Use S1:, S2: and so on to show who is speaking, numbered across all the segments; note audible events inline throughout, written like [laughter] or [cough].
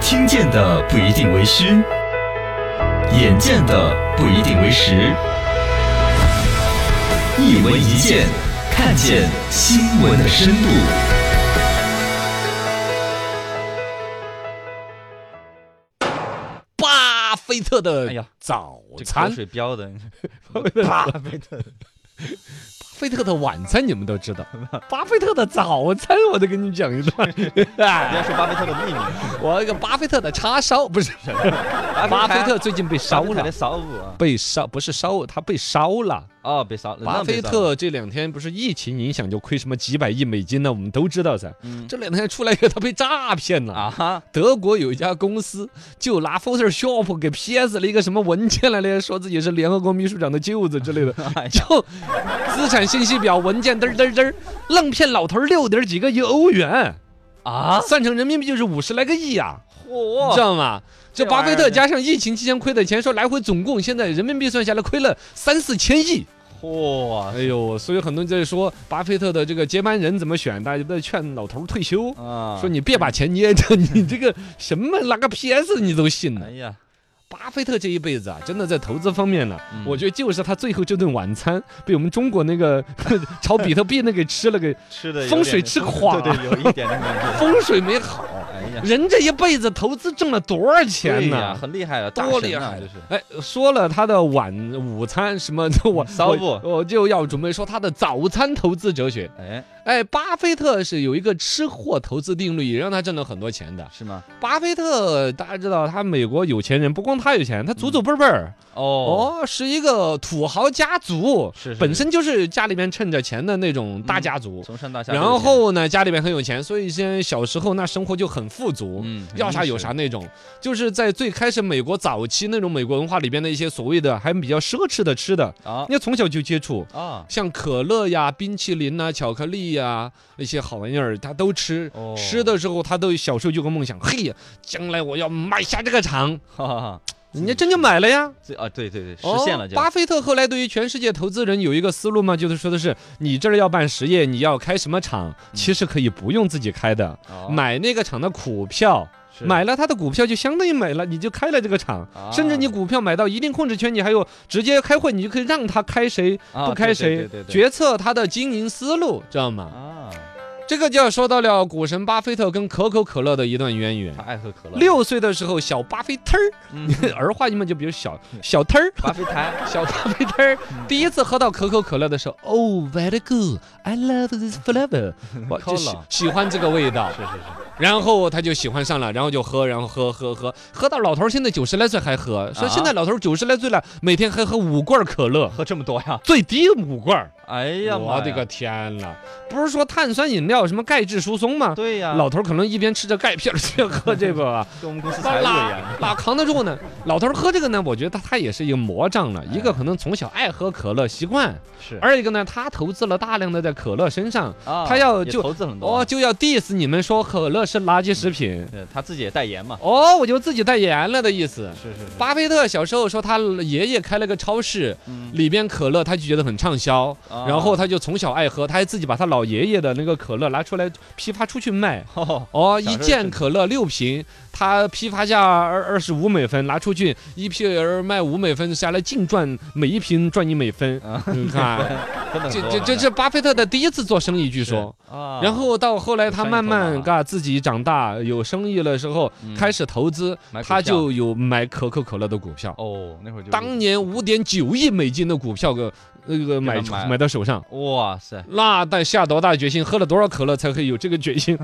S1: 听见的不一定为虚，眼见的不一定为实。一闻一见，看见新闻的深度。
S2: 巴菲特
S3: 哎
S2: 的
S3: 呀
S2: 早
S3: 这
S2: 餐
S3: 口，水飙的， [laughs]
S2: 巴
S3: 巴菲特
S2: 菲特的晚餐你们都
S3: [laughs]
S2: 知道，巴菲特的早餐我再跟你讲一段。
S3: 不要说巴菲特的秘密，
S2: [laughs] 我一个巴菲特的叉烧不是，巴菲特最近被烧
S3: 烧了
S2: 了
S3: 的，烧物啊，
S2: 被烧不是烧，他被烧了。
S3: 哦，别烧了，
S2: 巴
S3: 浪费
S2: 菲
S3: 烧了
S2: 特这两天不是疫情影响就亏什么几百亿美金呢？我们都知道噻。
S3: 嗯
S2: 这两天出来一个他被诈骗了。
S3: 啊哈，
S2: 德国有一家公司就拿 Photoshop 给 PS 了一个什么文件来了，说自己是联合国秘书长的舅子之 [laughs] 类的，就资产信息表文件嘚儿嘚儿嘚儿，浪骗老头儿六点几个亿欧元，
S3: 啊，
S2: 算成人民币就是五十来个亿啊，你知
S3: 嚯，
S2: 道吗？
S3: 这
S2: 就巴菲
S3: 玩意
S2: 特
S3: 儿
S2: 加上疫情期间亏的钱，说来回总共现在人民币算下来亏了三四千亿。
S3: 嚯，
S2: 哎呦，所以很多人在说巴菲特的这个接班人怎么选，大家都在劝老头儿退休，
S3: 啊，
S2: 说，你别把钱捏
S3: [laughs]
S2: 着，你这个什么拿个 PS 你都信呢
S3: 哎？呀，
S2: 巴菲特这一辈子啊，真的在投资方面呢，
S3: 嗯
S2: 我觉得就是他最后这顿晚餐被我们中国那个 [laughs] 炒比特币那给吃
S3: [laughs]
S2: 了，给
S3: 吃的
S2: 风水吃垮了
S3: 对对，有一点那感觉，
S2: 风水没好。
S3: 哎
S2: [laughs]
S3: 呀，
S2: 人这一辈子投资挣了多少
S3: 对
S2: 钱
S3: 呀
S2: 呢？
S3: 很厉害了，啊大
S2: 多
S3: 神
S2: 厉
S3: 呐
S2: 害
S3: 就！是
S2: 哎，说了他的晚午餐什么， [laughs] 我
S3: [laughs] 骚
S2: 我
S3: 不
S2: 我就要准备说他的早餐投资哲学。
S3: 哎，
S2: 哎，巴菲特是有一个吃货投资定律，也让他挣了很多钱的。
S3: 是吗？
S2: 巴菲特大家知道，他美国有钱人，不光他有钱，他祖祖辈辈儿。
S3: 哦，
S2: 哦，是一个土豪家族，
S3: 是是
S2: 本
S3: 是
S2: 身就是家里面趁着钱的那种大家族。
S3: 从上到下都有钱，
S2: 然后呢，家里面很有钱，所以现在小时候那生活就很富足，
S3: 嗯很
S2: 要啥
S3: 殷
S2: 有
S3: 实
S2: 啥那种。就是在最开始美国早期那种美国文化里边的一些所谓的还比较奢侈的吃的，
S3: 啊
S2: 人家从小就接触，
S3: 啊，
S2: 像可乐呀、冰淇淋呐、巧克力呀那些好玩意儿，他都吃。
S3: 哦
S2: 吃的时候，他都小时候就有个梦想，嘿，将来我要买下这个厂，
S3: 哈哈哈，
S2: 人家真就买了呀。
S3: 这啊，对对对，实现了
S2: 哦
S3: 就。
S2: 巴菲特后来对于全世界投资人有一个思路嘛，就是说的
S3: 嗯
S2: 是你这儿要办实业，你要开什么厂，其实可以不用自己开的，
S3: 哦
S2: 买那个厂的股票，
S3: 是
S2: 买了他的股票就相当于买了，你就开了这个厂。
S3: 啊
S2: 甚至你股票买到一定控制圈，你还有直接开会，你就可以让他开谁
S3: 啊
S2: 不开
S3: 对对
S2: 谁
S3: 对对，对
S2: 决策他的经营思路，知道吗？
S3: 啊，
S2: 这个就要说到了股神巴菲特跟可口可乐的一段渊源
S3: 他。爱喝可乐。
S2: 六岁的时候，小巴菲特
S3: 嗯
S2: 儿， [laughs] 儿化音嘛，就比如小小特儿，
S3: 巴菲特，
S2: 小巴菲特儿第一次喝到可口可乐的时候，Oh, very good, I love this flavor，我就喜
S3: Cola
S2: 喜欢这个味道，
S3: 是是是，
S2: 然后他就喜欢上了，然后就喝，然后喝喝喝，喝到老头儿现在九十来岁还喝，说
S3: 啊
S2: 现在老头儿九十来岁了，每天还喝五罐儿可乐，
S3: 喝这么多呀？
S2: 最低五罐儿，
S3: 哎呀妈
S2: 我啊
S3: 呀，
S2: 的个天呐，不是说碳酸饮料什么钙质疏松吗？
S3: 对啊呀，
S2: 老头儿可能一边吃着钙片儿，一边喝这个啊，
S3: 跟我们公司财务一
S2: 哪
S3: 样。
S2: 哪扛得住呢？老头儿喝这个呢，我觉得他他也是一个魔障了。一个可能从小爱喝可乐习惯，
S3: 是，
S2: 二一个呢，他投资了大量的在可乐身上，
S3: 啊
S2: 他要
S3: 也
S2: 就
S3: 投资很多
S2: 哦
S3: 啊。
S2: 就要 diss 你们说可乐是垃圾食品，
S3: 对，他自己也代言嘛。
S2: 哦我就自己代言了的意思。
S3: 是是是。
S2: 巴菲特小时候说他爷爷开了个超市，
S3: 嗯
S2: 里边可乐他就觉得很畅销，
S3: 啊
S2: 然后他就从小爱喝，他还自己把他老爷爷的那个可乐拿出来批发出去卖。
S3: [laughs] 哦
S2: 哦，
S3: 小
S2: 一
S3: 时候
S2: 件
S3: 真
S2: 可乐六瓶，它批发价二二十五美分，拿出去一瓶儿卖五美分，下来净赚每一瓶赚一美分。
S3: 啊
S2: 你看，
S3: [laughs] 真的很
S2: 这
S3: 多啊
S2: 这这是巴菲特的第一次做生意，据
S3: 是
S2: 说。
S3: 啊，
S2: 然后到后来，他慢
S3: 有生
S2: 慢
S3: 意头脑
S2: 嘎自己长大有生意了时候，
S3: 嗯
S2: 开始投资
S3: 买，股
S2: 他
S3: 票
S2: 就有买可口可乐的股票，
S3: 哦，那会儿就
S2: 当年五点九亿美金的股票个那个买
S3: 买
S2: 买到手上。
S3: 哇塞，
S2: 那得下多大决心，喝了多少可乐才可以有这个决
S3: [laughs]
S2: 心？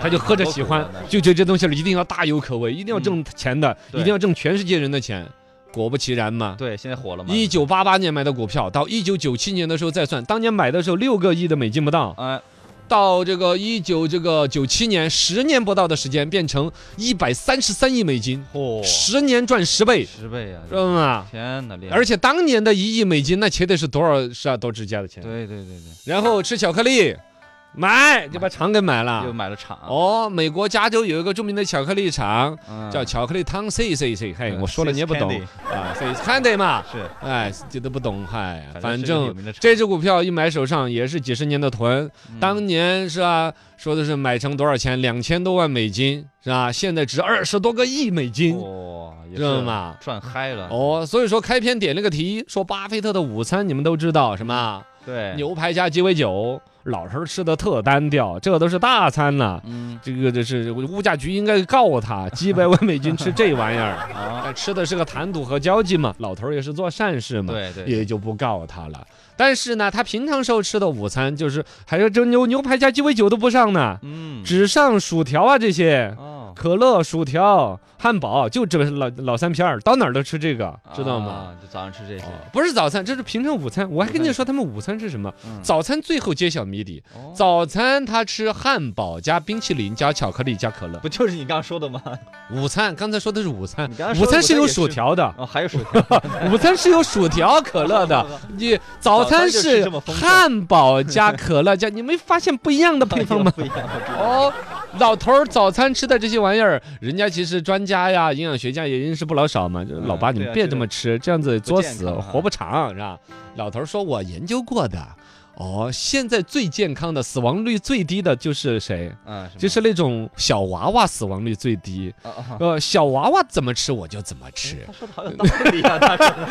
S2: 他就喝着喜欢
S3: 多可乐，呢
S2: 就觉得这东西儿一定要大有可为，一定要挣钱的，
S3: 对
S2: 一定要挣全世界人的钱。果不其然嘛，
S3: 对，现在火了嘛？
S2: 一九八八年买的股票，到一九九七年的时候再算，当年买的时候六个亿的美金不到，
S3: 哎
S2: 到这个一九这个九七年十年不到的时间变成一百三十三亿美金，
S3: 嚯，
S2: 十年赚十倍，
S3: 十倍啊！
S2: 知道吗？
S3: 天哪，厉
S2: 嗯
S3: 害！
S2: 而且当年的一亿美金，那且得是多少是啊多值价的钱？
S3: 对对对对，
S2: 然后吃巧克力，买就把厂给买
S3: 又
S2: 了。
S3: 买了厂，
S2: 啊哦，美国加州有一个著名的巧克力厂，
S3: 嗯
S2: 叫巧克力汤 C C C，嘿，
S3: 嗯
S2: 我说了你也不
S3: Swiss
S2: 懂
S3: candy [laughs]
S2: 啊，C Candy 嘛，
S3: 是，
S2: 哎，这都不懂，嗨，反
S3: 是一个有
S2: 正
S3: 名的厂
S2: 这只股票一买手上也是几十年的囤，
S3: 嗯
S2: 当年是吧、说的是买成多少钱，两千多万美金是吧、现在值二十多个亿美金，
S3: 哇，哦也
S2: 知道
S3: 是啊
S2: 吗？
S3: 赚嗨了，
S2: 哦，所以说开篇点了个题，说巴菲特的午餐你们都知道什
S3: 嗯
S2: 么？
S3: 对，，
S2: 牛排加鸡尾酒，老头儿吃的特单调，这都是大餐呐。
S3: 嗯
S2: 这个这是物价局应该告他，几百万美金吃这玩意
S3: [laughs]
S2: 儿，
S3: 啊，
S2: 但吃的是个谈吐和交际嘛。老头儿也是做善事嘛，
S3: 对对，
S2: 嗯也就不告他了。但是呢，他平常时候吃的午餐就是还有这牛牛排加鸡尾酒都不上呢，
S3: 嗯，
S2: 只上薯条啊这些，
S3: 哦，
S2: 可乐、薯条、汉堡，就这个老老三片儿，到哪儿都吃这个， [laughs] 知道吗？
S3: 啊？就早上吃这些，
S2: 哦不是早餐，这是平常午餐。我还跟你说他们午餐是什么？
S3: 嗯
S2: 早餐最后揭晓谜底。
S3: 哦
S2: 早餐他吃汉堡加冰淇淋加巧克力加可乐。
S3: 不就是你刚刚说的吗？
S2: 午餐刚才说的是午餐
S3: 你刚刚，说
S2: 午
S3: 的
S2: 餐是有
S3: 午餐也是
S2: 薯条的，
S3: 哦，还有薯条，
S2: [laughs] 午餐是有薯条可乐
S3: [laughs]
S2: 的。你早餐
S3: 早餐就是吃这么丰富
S2: 汉堡加可乐加，你没发现不一样的配方吗？
S3: 不一样，不一样
S2: 哦，老头儿早餐吃的这些玩意儿，人家其实专家呀、营养学家也认识不老少嘛。就是
S3: 嗯
S2: 老爸，你
S3: 对啊
S2: 们别这么吃，这样子作
S3: 不
S2: 死
S3: 健康啊
S2: 活不长，是吧？老头儿说，我研究过的。哦，现在最健康的、死亡率最低的就是谁？
S3: 嗯，吗
S2: 就是那种小娃娃死亡率最低。
S3: 啊啊，
S2: 呃，小娃娃怎么吃我就怎么吃，
S3: [laughs] 他说的好有道理啊，他说的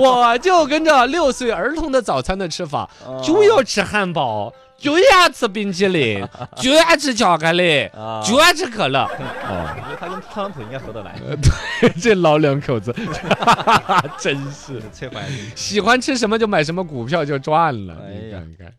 S2: 我就跟着六岁儿童的早餐的吃法，
S3: 啊哦
S2: 就要吃汉堡，就要吃冰淇
S3: [laughs]
S2: 淋，就要吃巧克力，
S3: 啊，
S2: 就爱吃可乐。
S3: 我
S2: 哦，
S3: 觉得他跟特朗普应该合得来，
S2: 呃 [laughs] 这老两口子，真是
S3: 这崔怀民
S2: 喜欢吃什么就买什么股票就赚了。
S3: 哎
S2: 你
S3: 呀
S2: 看看，